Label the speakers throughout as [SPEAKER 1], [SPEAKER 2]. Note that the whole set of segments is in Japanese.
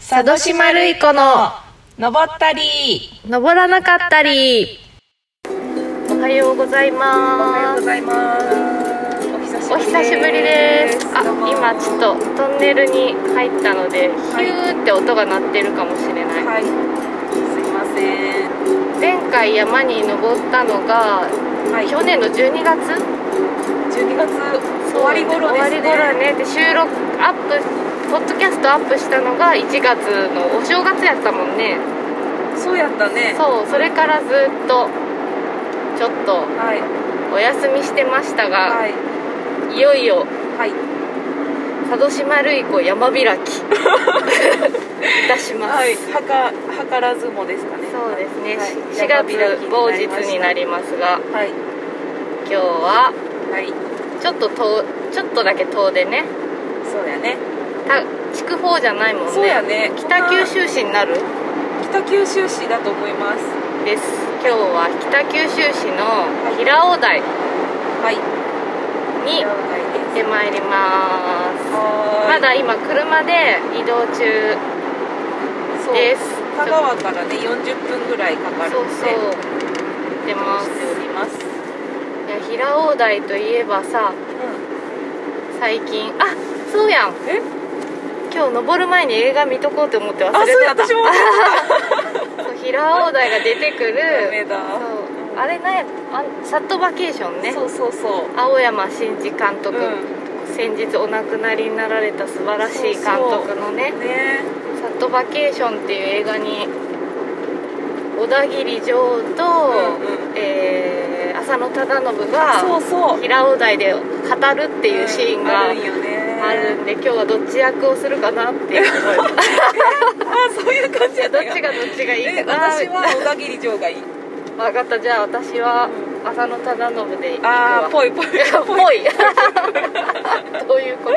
[SPEAKER 1] 佐渡島るい子の
[SPEAKER 2] 登ったり
[SPEAKER 1] 登らなかったりおはようござい
[SPEAKER 2] おはよ
[SPEAKER 1] ま
[SPEAKER 2] うご
[SPEAKER 1] す
[SPEAKER 2] ざいます
[SPEAKER 1] お久しぶりですあ今ちょっとトンネルに入ったのでヒ
[SPEAKER 2] はい
[SPEAKER 1] ューって音が鳴ってるかもしれない
[SPEAKER 2] はいすいませ
[SPEAKER 1] 前回山に登ったのが
[SPEAKER 2] んはい
[SPEAKER 1] 去年の12月
[SPEAKER 2] 12月終わり頃ですね
[SPEAKER 1] 終わり頃ねで収録アップポッドキャストアップしたのが1月のお正月やったもんね
[SPEAKER 2] そうやったね
[SPEAKER 1] そうそれからずっとちょっと
[SPEAKER 2] はい
[SPEAKER 1] お休みしてましたが、
[SPEAKER 2] はい
[SPEAKER 1] い、よいよ
[SPEAKER 2] はい
[SPEAKER 1] 佐渡島るい子山 開きいたします、
[SPEAKER 2] はいはかはからずもですかね
[SPEAKER 1] そうですね、
[SPEAKER 2] はい
[SPEAKER 1] 4月某日になりますが
[SPEAKER 2] はい
[SPEAKER 1] 今日は
[SPEAKER 2] はい
[SPEAKER 1] ちょっと遠ちょっとだけ遠出ね
[SPEAKER 2] そうやね
[SPEAKER 1] た筑豊じゃないもんね
[SPEAKER 2] そうやね
[SPEAKER 1] 北九州市になる
[SPEAKER 2] 北九州市だと思います
[SPEAKER 1] です今日は北九州市の平尾台
[SPEAKER 2] はい
[SPEAKER 1] に行
[SPEAKER 2] は
[SPEAKER 1] っ
[SPEAKER 2] い
[SPEAKER 1] てまいります
[SPEAKER 2] はー
[SPEAKER 1] ま
[SPEAKER 2] い
[SPEAKER 1] だ今車で移動中
[SPEAKER 2] そう
[SPEAKER 1] です
[SPEAKER 2] 香川からね40分ぐらいかかる
[SPEAKER 1] そ
[SPEAKER 2] の
[SPEAKER 1] う
[SPEAKER 2] で
[SPEAKER 1] そう行ってま
[SPEAKER 2] し
[SPEAKER 1] す
[SPEAKER 2] ております
[SPEAKER 1] いや平尾台といえばさ
[SPEAKER 2] う
[SPEAKER 1] 最近あそうやん
[SPEAKER 2] んえ
[SPEAKER 1] 今日登る前に映画見とこうと思って忘れて
[SPEAKER 2] あ
[SPEAKER 1] た
[SPEAKER 2] そうや私も思
[SPEAKER 1] そう平尾台が出てくる
[SPEAKER 2] ダメだ
[SPEAKER 1] そうあれなんやあサットバケーション ね
[SPEAKER 2] そうそうそう
[SPEAKER 1] 青山真司監督、
[SPEAKER 2] う
[SPEAKER 1] 先日お亡くなりになられた素晴らしい監督のね
[SPEAKER 2] んね
[SPEAKER 1] 「サットバケーション」っていう映画に小田切丈
[SPEAKER 2] う
[SPEAKER 1] と、
[SPEAKER 2] んうん
[SPEAKER 1] えー浅野忠信
[SPEAKER 2] そ
[SPEAKER 1] が
[SPEAKER 2] うそうっ
[SPEAKER 1] 平尾台で語るっていうシーンが
[SPEAKER 2] あるんよね
[SPEAKER 1] あるんで今日はどっち役をするかなっていう思 い
[SPEAKER 2] あそういう感じやっ
[SPEAKER 1] ど
[SPEAKER 2] た
[SPEAKER 1] っちがどっちがいい
[SPEAKER 2] え
[SPEAKER 1] かな
[SPEAKER 2] 私は小田切城がいい
[SPEAKER 1] 分かったじゃあ私は浅野忠信でいく
[SPEAKER 2] あ
[SPEAKER 1] わ
[SPEAKER 2] あぽ いぽい
[SPEAKER 1] いやぽいどういうこと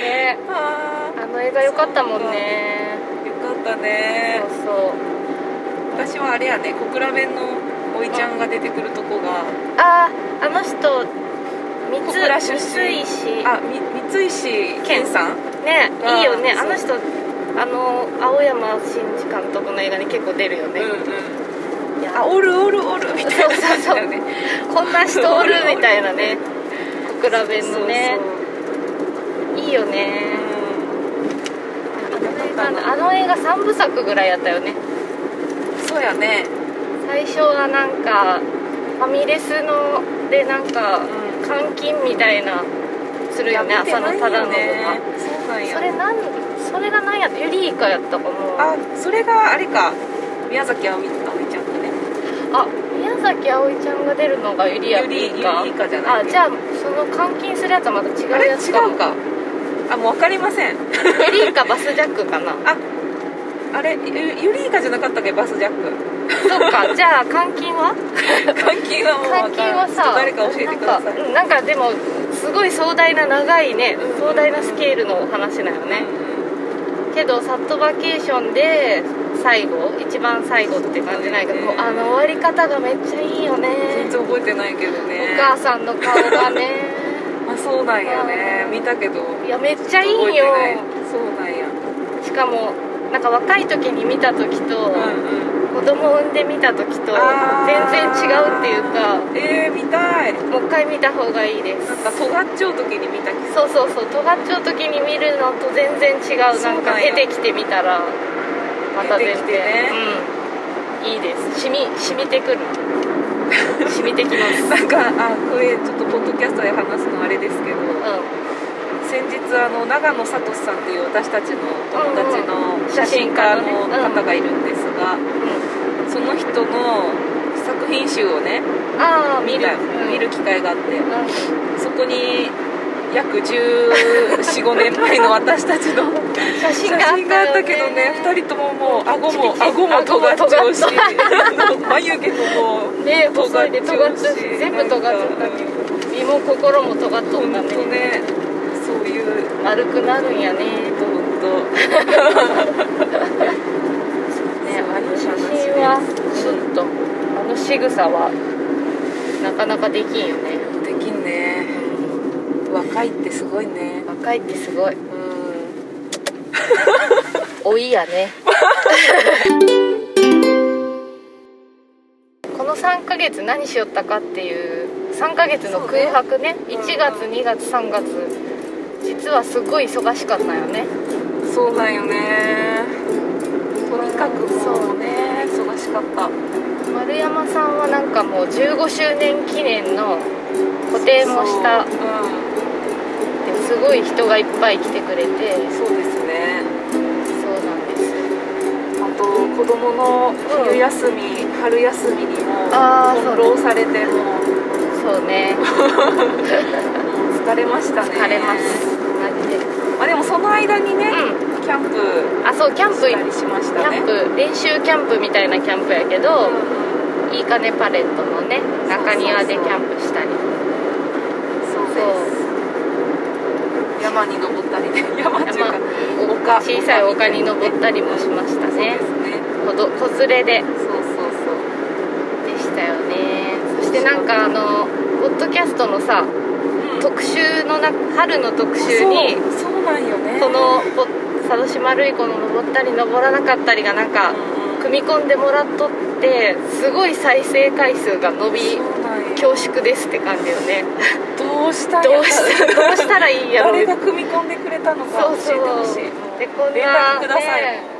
[SPEAKER 1] ね
[SPEAKER 2] あ
[SPEAKER 1] あの映画良かったもんね
[SPEAKER 2] ーよかった
[SPEAKER 1] そう
[SPEAKER 2] ね
[SPEAKER 1] そう
[SPEAKER 2] 私はあれやね小倉弁のおいちゃんが出てくるとこが
[SPEAKER 1] あああの人
[SPEAKER 2] 小倉出
[SPEAKER 1] 三
[SPEAKER 2] 身
[SPEAKER 1] 井三井氏
[SPEAKER 2] あみ三石健さん
[SPEAKER 1] ね
[SPEAKER 2] あ
[SPEAKER 1] いいよね
[SPEAKER 2] そ
[SPEAKER 1] あ
[SPEAKER 2] う
[SPEAKER 1] の人あの青山真司監督の映画に結構出るよ
[SPEAKER 2] うん
[SPEAKER 1] ね、
[SPEAKER 2] うん
[SPEAKER 1] いや
[SPEAKER 2] あおるおるおるみたいな感じだね
[SPEAKER 1] こんな人おるみたい なね小倉弁のね
[SPEAKER 2] そうそう
[SPEAKER 1] いいよねあの映画あの映画3部作ぐらいやったよね
[SPEAKER 2] そうやね、
[SPEAKER 1] 最初はなんかファミレスのでなんか監禁みたいなするよね浅野忠信
[SPEAKER 2] そ
[SPEAKER 1] が
[SPEAKER 2] うなんや
[SPEAKER 1] それなんそれが何やったユリイカやったかなあ
[SPEAKER 2] あそれがあれか宮崎あおみあおみちゃんだね
[SPEAKER 1] 宮崎あおいちゃんが出るのがユリア
[SPEAKER 2] ゆりゆり
[SPEAKER 1] イカ
[SPEAKER 2] いかじゃない
[SPEAKER 1] あじゃあその監禁するやつはまた
[SPEAKER 2] あ
[SPEAKER 1] 違う
[SPEAKER 2] れ違
[SPEAKER 1] やつか
[SPEAKER 2] うかあもう分かりません
[SPEAKER 1] ユリイカバスジャックかな
[SPEAKER 2] あれゆゆりいかじゃなかったっけバスジャック
[SPEAKER 1] そっかじゃあ監禁は
[SPEAKER 2] 監禁はもう
[SPEAKER 1] 監
[SPEAKER 2] 分
[SPEAKER 1] 禁
[SPEAKER 2] か
[SPEAKER 1] は
[SPEAKER 2] らんちょっ
[SPEAKER 1] さ
[SPEAKER 2] と誰か教えてくださ
[SPEAKER 1] なん
[SPEAKER 2] い
[SPEAKER 1] かうんなんかでもすごい壮大な長いね
[SPEAKER 2] うん
[SPEAKER 1] 壮大なスケールのお話なよね、けど「サットバケーション」で最後一番最後って感じないけど、
[SPEAKER 2] そう
[SPEAKER 1] もう
[SPEAKER 2] だね
[SPEAKER 1] あの終わり方がめっちゃいいよね
[SPEAKER 2] 全然覚えてないけど
[SPEAKER 1] お
[SPEAKER 2] ね
[SPEAKER 1] 母さんの顔がね
[SPEAKER 2] あそうなんやね
[SPEAKER 1] うん
[SPEAKER 2] 見たけどめっ
[SPEAKER 1] いやめっちゃいいよ
[SPEAKER 2] そうなんや
[SPEAKER 1] しかもなんか若い時に見た時と、
[SPEAKER 2] うんうん
[SPEAKER 1] 子供を産んで見た時と
[SPEAKER 2] あー
[SPEAKER 1] 全然違うっていうか
[SPEAKER 2] えー、見たいな
[SPEAKER 1] もう一回見た方がいいです
[SPEAKER 2] んか尖っちゃう時に見た気が
[SPEAKER 1] そうそうそう尖っちゃう時に見るのと全然違う
[SPEAKER 2] そうなん
[SPEAKER 1] な
[SPEAKER 2] ん
[SPEAKER 1] か
[SPEAKER 2] や
[SPEAKER 1] 出てきてみたらまた
[SPEAKER 2] 出
[SPEAKER 1] 全
[SPEAKER 2] て
[SPEAKER 1] 然
[SPEAKER 2] きてね
[SPEAKER 1] うん、いいです染み染み てくる染みてきます
[SPEAKER 2] なんかあこれちょっとポッドキャストで話すのあれですけど
[SPEAKER 1] う
[SPEAKER 2] 先日あの長野聡さんっていう私たちの友達
[SPEAKER 1] うん
[SPEAKER 2] の
[SPEAKER 1] うん
[SPEAKER 2] 写真家の方がいるんですが、
[SPEAKER 1] ん、う
[SPEAKER 2] その人の作品集をね
[SPEAKER 1] ん、ああ見
[SPEAKER 2] 見
[SPEAKER 1] る
[SPEAKER 2] る見る機会があって
[SPEAKER 1] うん
[SPEAKER 2] そこに約1415年前の私たちの
[SPEAKER 1] 写真
[SPEAKER 2] 写
[SPEAKER 1] があった,、
[SPEAKER 2] 真があったけどね2人とももう顎も顎も尖っちゃうしあの眉毛ももう
[SPEAKER 1] ね細いで尖
[SPEAKER 2] 尖
[SPEAKER 1] っ
[SPEAKER 2] っ
[SPEAKER 1] ち
[SPEAKER 2] ち
[SPEAKER 1] ゃ
[SPEAKER 2] ゃ
[SPEAKER 1] う
[SPEAKER 2] う
[SPEAKER 1] し
[SPEAKER 2] し
[SPEAKER 1] 全部尖っちゃ
[SPEAKER 2] な
[SPEAKER 1] った
[SPEAKER 2] んか
[SPEAKER 1] 身も心も尖っとった
[SPEAKER 2] 本
[SPEAKER 1] ね
[SPEAKER 2] 当ねそういう
[SPEAKER 1] 丸くなるんやね
[SPEAKER 2] 本当。
[SPEAKER 1] ねあの写真はちょっとあの仕草はなかなかできんよね
[SPEAKER 2] できんね若いってすごいね
[SPEAKER 1] 若いってすごい
[SPEAKER 2] うん
[SPEAKER 1] 老いや ねこの3ヶ月何しよったかっていう3ヶ月の空白ね
[SPEAKER 2] そうね
[SPEAKER 1] 1月2月3月実はすごい忙しかったよね
[SPEAKER 2] そうなんよねとにかくもうね忙しかった
[SPEAKER 1] 丸山さんはなんかもう15周年記念の個展もした
[SPEAKER 2] そう,、
[SPEAKER 1] ですごい人がいっぱい来てくれて
[SPEAKER 2] うん、そうですね
[SPEAKER 1] そうなんです
[SPEAKER 2] あと子供の冬休み、春休みにも
[SPEAKER 1] あーそ
[SPEAKER 2] 翻
[SPEAKER 1] う
[SPEAKER 2] 弄されてもう
[SPEAKER 1] そうね
[SPEAKER 2] 疲れましたね
[SPEAKER 1] 疲れます マジで
[SPEAKER 2] まあでもその間にね、
[SPEAKER 1] う
[SPEAKER 2] キャンプ
[SPEAKER 1] んあそうキャンプ
[SPEAKER 2] し
[SPEAKER 1] 行
[SPEAKER 2] た
[SPEAKER 1] っ
[SPEAKER 2] りしまし
[SPEAKER 1] キ
[SPEAKER 2] たね
[SPEAKER 1] ャンプ練習キャンプみたいなキャンプやけど、いいかねパレットのね中庭でキャンプしたり
[SPEAKER 2] そうです山に登ったりね 山っていうか
[SPEAKER 1] お
[SPEAKER 2] 丘
[SPEAKER 1] 小さい丘に登ったりもしました
[SPEAKER 2] そうで
[SPEAKER 1] ね
[SPEAKER 2] すね
[SPEAKER 1] 子ど子連れで
[SPEAKER 2] そうそうそ
[SPEAKER 1] でしたよねそしてなんかあのポッドキャストのさ
[SPEAKER 2] う、うん
[SPEAKER 1] 特集のな春の特集に
[SPEAKER 2] そうそうなんよね
[SPEAKER 1] そのポ佐渡島るい子の登ったり登らなかったりがなんか
[SPEAKER 2] うん
[SPEAKER 1] 組み込んでもらっとってすごい再生回数が伸び
[SPEAKER 2] そうなんよ
[SPEAKER 1] 恐縮ですって感じよね
[SPEAKER 2] どうしたんや
[SPEAKER 1] どうしたどうしたらいいんやろ
[SPEAKER 2] 誰が組み込んでくれたのか教えてほしいもう
[SPEAKER 1] でこん
[SPEAKER 2] 連
[SPEAKER 1] な
[SPEAKER 2] 絡ください、
[SPEAKER 1] ね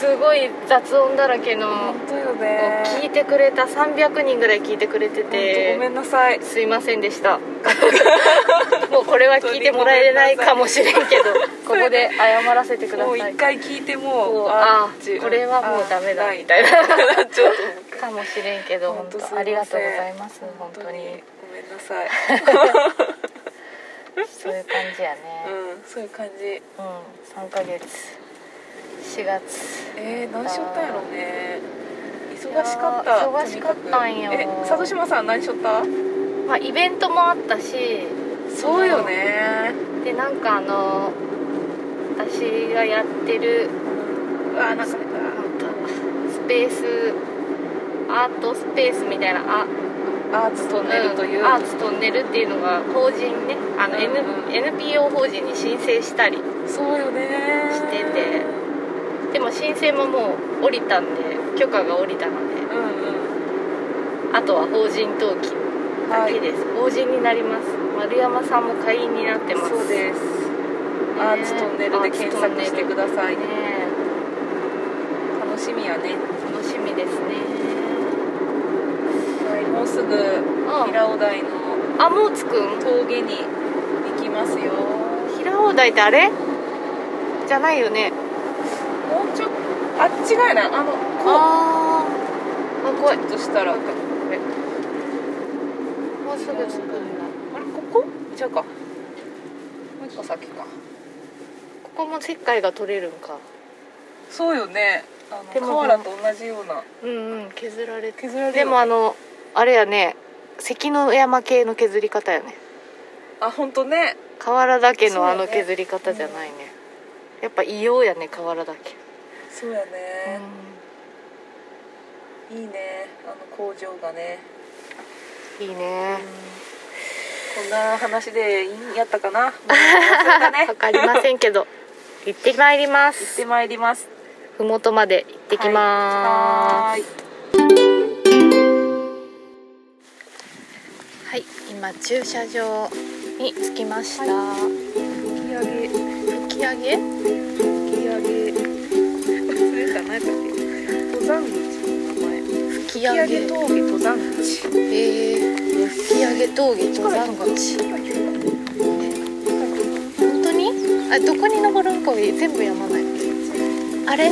[SPEAKER 1] すごい雑音だらけの
[SPEAKER 2] 本当よね
[SPEAKER 1] 聞いてくれた300人ぐらい聞いてくれて
[SPEAKER 2] 本当ごめ
[SPEAKER 1] て
[SPEAKER 2] んなさい
[SPEAKER 1] すいませんでしたもうこれは聞いてもらえないかもしれんけどここで謝らせてくだ
[SPEAKER 2] もう
[SPEAKER 1] さ
[SPEAKER 2] 一
[SPEAKER 1] い
[SPEAKER 2] 回聞いて
[SPEAKER 1] こ
[SPEAKER 2] も
[SPEAKER 1] う
[SPEAKER 2] う
[SPEAKER 1] あ
[SPEAKER 2] っち
[SPEAKER 1] これはもうダメだ
[SPEAKER 2] あ
[SPEAKER 1] みたいな
[SPEAKER 2] なちょっ
[SPEAKER 1] かもしれんけど
[SPEAKER 2] と
[SPEAKER 1] 本
[SPEAKER 2] すいませ
[SPEAKER 1] 当
[SPEAKER 2] ん
[SPEAKER 1] ありがとうございます本当
[SPEAKER 2] ごめ
[SPEAKER 1] に
[SPEAKER 2] んなさい
[SPEAKER 1] そういう感じやね
[SPEAKER 2] うんそういう感じ
[SPEAKER 1] うん3ヶ月4月
[SPEAKER 2] えー、何しよったんやろうね忙しかっ
[SPEAKER 1] いや
[SPEAKER 2] た
[SPEAKER 1] ー忙しかったんよ
[SPEAKER 2] とにかくえ佐渡島さん何しよった
[SPEAKER 1] まあイベントもあったし
[SPEAKER 2] そうよね
[SPEAKER 1] でなんかあの私がやってる
[SPEAKER 2] うわなんかね
[SPEAKER 1] スペースアートスペースみたいなあ
[SPEAKER 2] あアーツトンネルという、
[SPEAKER 1] うんアーツトンネルっていうのが法人ねあの、
[SPEAKER 2] うん
[SPEAKER 1] N NPO 法人に申請したり
[SPEAKER 2] そうよね
[SPEAKER 1] しててでも申請ももう降りたんで許可が降りたので
[SPEAKER 2] うんうん
[SPEAKER 1] あとは法人登記だけです、法人になります丸山さんも会員になってます
[SPEAKER 2] そう
[SPEAKER 1] ね
[SPEAKER 2] ですアーツトンネルで検
[SPEAKER 1] アーツトンネ
[SPEAKER 2] 索
[SPEAKER 1] ル
[SPEAKER 2] してくださいね
[SPEAKER 1] ね
[SPEAKER 2] 楽しみやね
[SPEAKER 1] 楽しみですね
[SPEAKER 2] もうすぐ
[SPEAKER 1] うん
[SPEAKER 2] 平尾台の
[SPEAKER 1] あもうつくん
[SPEAKER 2] 峠に行きますよ
[SPEAKER 1] 平尾台ってあれじゃないよね
[SPEAKER 2] もうちょっとあっちがやなあのこ
[SPEAKER 1] あーあ怖いう
[SPEAKER 2] としたらあれ
[SPEAKER 1] もうすぐつくんだ
[SPEAKER 2] ここ違うかもう一個先か
[SPEAKER 1] ここも石灰が取れるんか
[SPEAKER 2] そうよねあ
[SPEAKER 1] で
[SPEAKER 2] の
[SPEAKER 1] も
[SPEAKER 2] 河原と同じような
[SPEAKER 1] うんうん削られて
[SPEAKER 2] 削られる
[SPEAKER 1] でもあのあれやね関の山系の削り方やね
[SPEAKER 2] あ本当ね
[SPEAKER 1] 河原だけのあの
[SPEAKER 2] そうやね
[SPEAKER 1] 削り方じゃないねやっぱ異様やね河原だけ、
[SPEAKER 2] そうや
[SPEAKER 1] う
[SPEAKER 2] ね、いいねあの工場がね
[SPEAKER 1] ん、いいね
[SPEAKER 2] こんな話でいいんやった かな。もう忘れたね
[SPEAKER 1] わかりません けど行ってまいりま
[SPEAKER 2] 行っ
[SPEAKER 1] す
[SPEAKER 2] てまいります。
[SPEAKER 1] ふもとまで行ってきま
[SPEAKER 2] はーい。
[SPEAKER 1] すはい今駐車場に着きました、
[SPEAKER 2] 引き上げ、
[SPEAKER 1] 引き上げ
[SPEAKER 2] 引き上げ。それじゃないだっけ。登山口の名前。引
[SPEAKER 1] 吹き
[SPEAKER 2] き
[SPEAKER 1] 上
[SPEAKER 2] 上
[SPEAKER 1] げ
[SPEAKER 2] げ
[SPEAKER 1] と
[SPEAKER 2] 峠登山口。
[SPEAKER 1] えー、吹き上げ峠登山口本当にあどこに登るんかは全部山ないあれ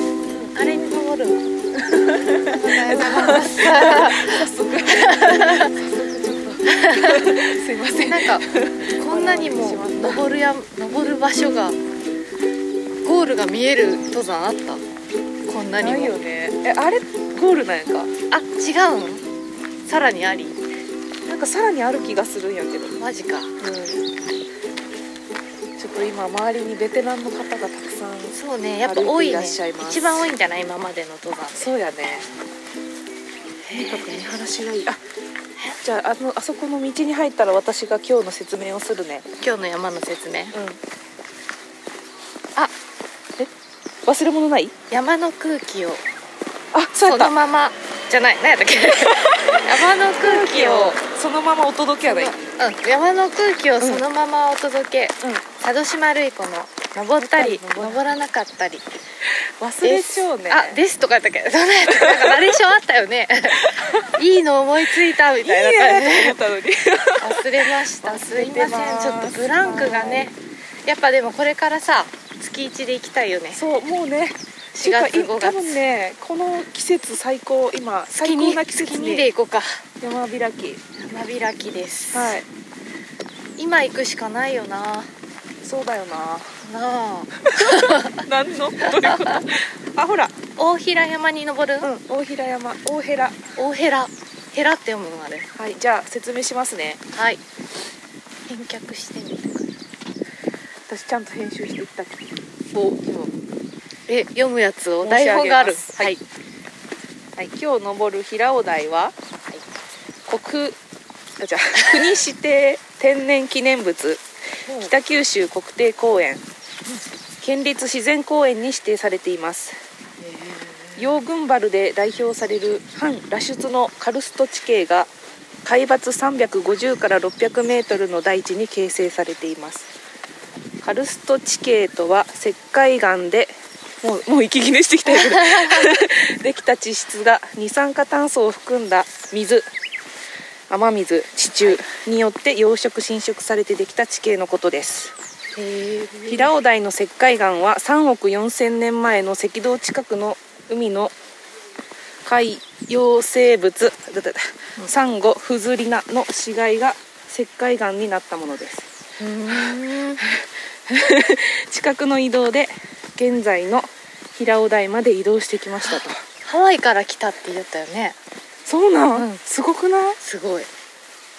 [SPEAKER 1] あれに登るんか
[SPEAKER 2] 早速。早速ちょっと。すいません。
[SPEAKER 1] なんかこんなにも登るや登る場所がゴールが見える登山あったこんなに
[SPEAKER 2] ない
[SPEAKER 1] も
[SPEAKER 2] よね。え、あれゴールなんやか。
[SPEAKER 1] あ違うんさらにあり
[SPEAKER 2] なんかさらにある気がするんやけど。うん。
[SPEAKER 1] マジか
[SPEAKER 2] ちょっと今周りにベテランの方がたくさん。
[SPEAKER 1] そうねやっぱ多い
[SPEAKER 2] 歩いていら
[SPEAKER 1] ね
[SPEAKER 2] っしゃいます
[SPEAKER 1] 一番多いんじゃない今までの登山で
[SPEAKER 2] そうやね。とにかく見晴らしがいい。あ、じゃああのあそこの道に入ったら私が今日の説明をするね。
[SPEAKER 1] 今日の山の説明
[SPEAKER 2] うん。
[SPEAKER 1] あ
[SPEAKER 2] 忘れ物ない
[SPEAKER 1] 山の空気を
[SPEAKER 2] あそうや
[SPEAKER 1] そ
[SPEAKER 2] った
[SPEAKER 1] のままじゃない何 やったっけ山の空気を
[SPEAKER 2] そのままお届けやないうん
[SPEAKER 1] うん、山の空気をそのままお届け、佐渡島るい子の登ったり
[SPEAKER 2] 登ったり
[SPEAKER 1] 登らなかったり
[SPEAKER 2] 忘れちゃうね
[SPEAKER 1] あですとかやったっけどんなやつなんかナレーションあった よねいいの思いついたみ
[SPEAKER 2] いいや
[SPEAKER 1] たいな感じ
[SPEAKER 2] と思ったのに
[SPEAKER 1] 忘れましたすいません
[SPEAKER 2] 忘れます
[SPEAKER 1] ちょっとブランクがねやっぱでもこれからさ月1で行きたいよ ね
[SPEAKER 2] そうもうね
[SPEAKER 1] 4月
[SPEAKER 2] ていうか
[SPEAKER 1] 5月
[SPEAKER 2] 多分ねこの季節最高今最高な季節
[SPEAKER 1] 月
[SPEAKER 2] に
[SPEAKER 1] 2で行こうか
[SPEAKER 2] 山開き
[SPEAKER 1] 山開きです、
[SPEAKER 2] はい
[SPEAKER 1] 今行くしかないよな
[SPEAKER 2] そうだよな
[SPEAKER 1] なあ
[SPEAKER 2] 何のどう いうことあほら
[SPEAKER 1] 大平山に登る、
[SPEAKER 2] うん大平山大平
[SPEAKER 1] 大平平って読むのあれ
[SPEAKER 2] はいじゃあ説明しますね
[SPEAKER 1] はい返却してみて
[SPEAKER 2] 私ちゃんと編集していったけど
[SPEAKER 1] おえ読むやつを
[SPEAKER 2] 申し上げます
[SPEAKER 1] 台本がある
[SPEAKER 2] はいはい、今日登る平尾台は、国あじゃあ国指定天然記念物北九州国定公園県立自然公園に指定されています羊群原で代表される反羅出のカルスト地形が海抜350から600メートルの大地に形成されていますカルスト地形とは石灰岩でもうもう息切れしてきたよできた地質が二酸化炭素を含んだ水雨水地中によって養殖浸食されてできた地形のことです
[SPEAKER 1] へえ
[SPEAKER 2] 平尾台の石灰岩は3億4000年前の赤道近くの海の海洋生物だだだサンゴフズリナの死骸が石灰岩になったものです 近くの移動で現在の平尾台まで移動してきましたと
[SPEAKER 1] ハワイから来たって言ったよね
[SPEAKER 2] そうなん、
[SPEAKER 1] うん
[SPEAKER 2] すごくない
[SPEAKER 1] すごい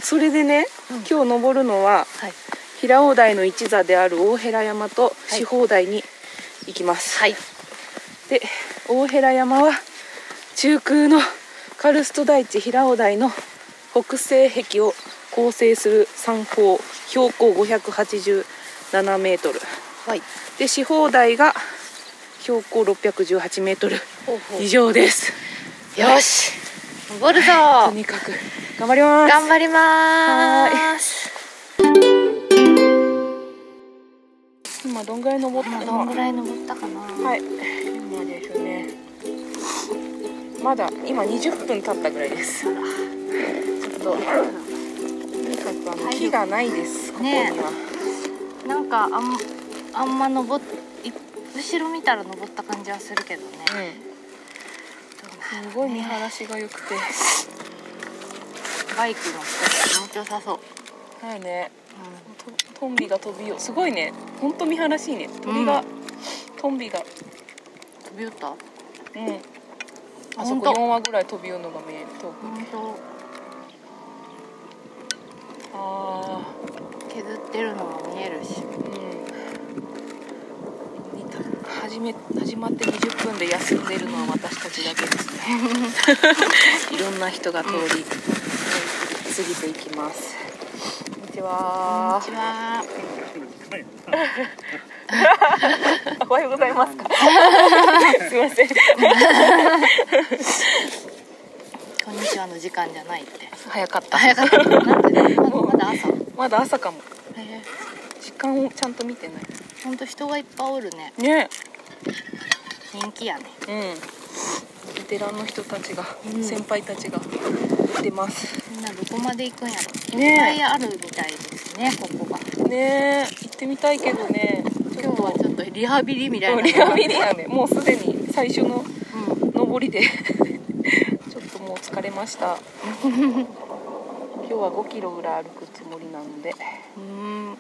[SPEAKER 2] それでね、
[SPEAKER 1] うん
[SPEAKER 2] 今日登るのは
[SPEAKER 1] はい
[SPEAKER 2] 平尾台の一座である大平山と
[SPEAKER 1] い
[SPEAKER 2] 四方台に行きます、
[SPEAKER 1] はい
[SPEAKER 2] で大平山は中空のカルスト台地平尾台の北西壁を構成する山峰標高587メートル
[SPEAKER 1] はい
[SPEAKER 2] で四方台が標高618メートル
[SPEAKER 1] ほうほう
[SPEAKER 2] 以上です
[SPEAKER 1] よし登るぞ
[SPEAKER 2] とにかく頑張ります
[SPEAKER 1] 頑張ります
[SPEAKER 2] 今どんぐらい登った
[SPEAKER 1] 今
[SPEAKER 2] の
[SPEAKER 1] どんぐらい登ったかな
[SPEAKER 2] はい。今ですね。まだ今20分経ったぐらいです。ちょっと。とにかくあの木がないです。ここに
[SPEAKER 1] ね
[SPEAKER 2] は。
[SPEAKER 1] なんかあんあんま登っい後ろ見たら登った感じはするけどね
[SPEAKER 2] うん。すごい見晴らしが良くて。
[SPEAKER 1] バイクの人気持ちよさそう、
[SPEAKER 2] はいね。
[SPEAKER 1] う
[SPEAKER 2] とトンビが飛びよ。すごいね。本当見晴らしいね。鳥が、
[SPEAKER 1] うん
[SPEAKER 2] トンビが。
[SPEAKER 1] ん、飛び寄った
[SPEAKER 2] うん。あそ
[SPEAKER 1] ほん
[SPEAKER 2] こと4羽ぐらい飛びよるのが見える遠くに。
[SPEAKER 1] 本
[SPEAKER 2] ああ。
[SPEAKER 1] 当削ってるのも見えるし
[SPEAKER 2] うん始め始まって20分で休んでいるのは私たちだけですね いろんな人が通り、過ぎていきますこんにちは
[SPEAKER 1] ちは
[SPEAKER 2] おはようございますか すいません
[SPEAKER 1] こんにちはの時間じゃないって
[SPEAKER 2] 早かった
[SPEAKER 1] 早かったなんでまだまだ朝
[SPEAKER 2] まだ朝かも
[SPEAKER 1] え
[SPEAKER 2] 時間をちゃんと見てない
[SPEAKER 1] ー、ほんと人がいっぱいおるね
[SPEAKER 2] ね
[SPEAKER 1] 人気やね
[SPEAKER 2] うんベテランの人たちが、
[SPEAKER 1] うん
[SPEAKER 2] 先輩たちが出ます
[SPEAKER 1] みんなどこまで行くんやろいっぱい
[SPEAKER 2] ね
[SPEAKER 1] あるみたいですねここが
[SPEAKER 2] ね行ってみたいけどね
[SPEAKER 1] 今日はちょっとリハビリみたいな
[SPEAKER 2] リハビリやねもうすでに最初の
[SPEAKER 1] うん
[SPEAKER 2] 上りで ちょっともう疲れました今日は5キロぐらい歩くつもりなので
[SPEAKER 1] うーん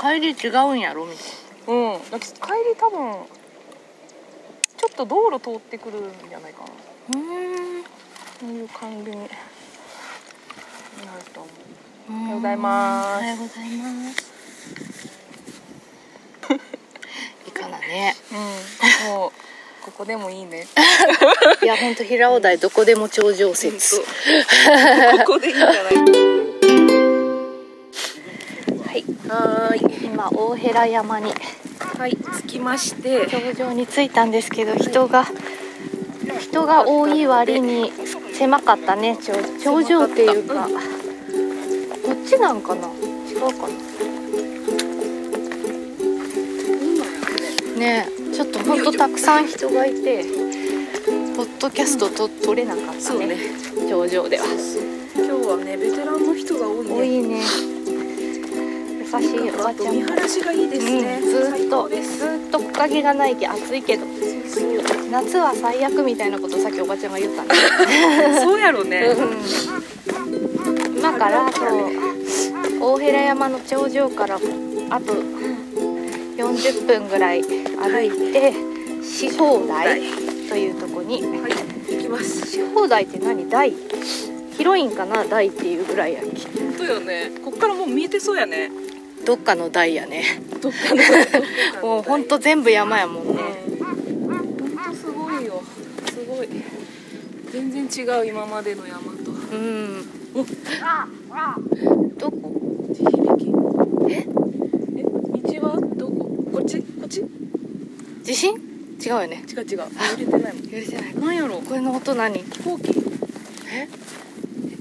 [SPEAKER 1] 帰り違うんやろみたい
[SPEAKER 2] うん私帰り多分ちょっと道路通ってくるんじゃないかな
[SPEAKER 1] なうん
[SPEAKER 2] そういう感じになると思
[SPEAKER 1] おは
[SPEAKER 2] ようございます
[SPEAKER 1] おはようございます。いいかなね。
[SPEAKER 2] ううんもうここでもいい ね
[SPEAKER 1] いや本当平尾台どこでも頂上説。
[SPEAKER 2] ここでいいんじゃない
[SPEAKER 1] はい。はーい。今大平山に
[SPEAKER 2] はい着きまして
[SPEAKER 1] 頂上に着いたんですけど人が人が多い割に狭かったね頂頂上っていうかこっちなんかな違うかなねえちょっとほんとたくさん人がいてポッドキャストと撮れなかった
[SPEAKER 2] そう
[SPEAKER 1] ね
[SPEAKER 2] ね
[SPEAKER 1] 頂上では
[SPEAKER 2] 今日はねベテランの人が多いね
[SPEAKER 1] 多いね優しいおば
[SPEAKER 2] あ
[SPEAKER 1] ち
[SPEAKER 2] と
[SPEAKER 1] ゃ
[SPEAKER 2] 見
[SPEAKER 1] ん
[SPEAKER 2] 晴らしがいいですね、
[SPEAKER 1] うん、ずっ
[SPEAKER 2] 最高
[SPEAKER 1] と
[SPEAKER 2] です
[SPEAKER 1] ずっと木陰がないけ暑いけど夏は最悪みたいなことさっきおばちゃんが言ったね
[SPEAKER 2] そうやろね、
[SPEAKER 1] うん、今からそう大平山の頂上からあと40分ぐらい歩いて、四方台というとこに
[SPEAKER 2] はい行きます
[SPEAKER 1] 四方台って何台ヒロインかな台っていうぐらいやっけ
[SPEAKER 2] 本当よねこっからもう見えてそうやね
[SPEAKER 1] どっかの台やね
[SPEAKER 2] どっかの
[SPEAKER 1] もうほんと全部山やもんね
[SPEAKER 2] うんほんとすごいよすごい全然違う今までの山と
[SPEAKER 1] うんどこ
[SPEAKER 2] 地響きえ
[SPEAKER 1] え
[SPEAKER 2] 道はどここっちこっち違う
[SPEAKER 1] 地震違うよね
[SPEAKER 2] 違う揺れてないも
[SPEAKER 1] 許せない
[SPEAKER 2] んなんやろ
[SPEAKER 1] これの音何
[SPEAKER 2] 飛行機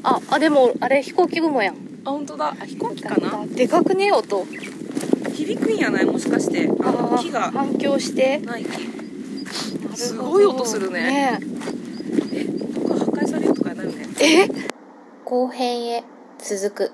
[SPEAKER 1] ああでもあれ飛行機雲やん
[SPEAKER 2] あ本当だあ飛行機かな
[SPEAKER 1] でかくね音
[SPEAKER 2] 響くんやないもしかしてあの木が
[SPEAKER 1] 反響して
[SPEAKER 2] ない木す
[SPEAKER 1] なるほど
[SPEAKER 2] ごい音するね
[SPEAKER 1] ね
[SPEAKER 2] とか破壊されるとかやないよね
[SPEAKER 1] え
[SPEAKER 3] 後編へ続く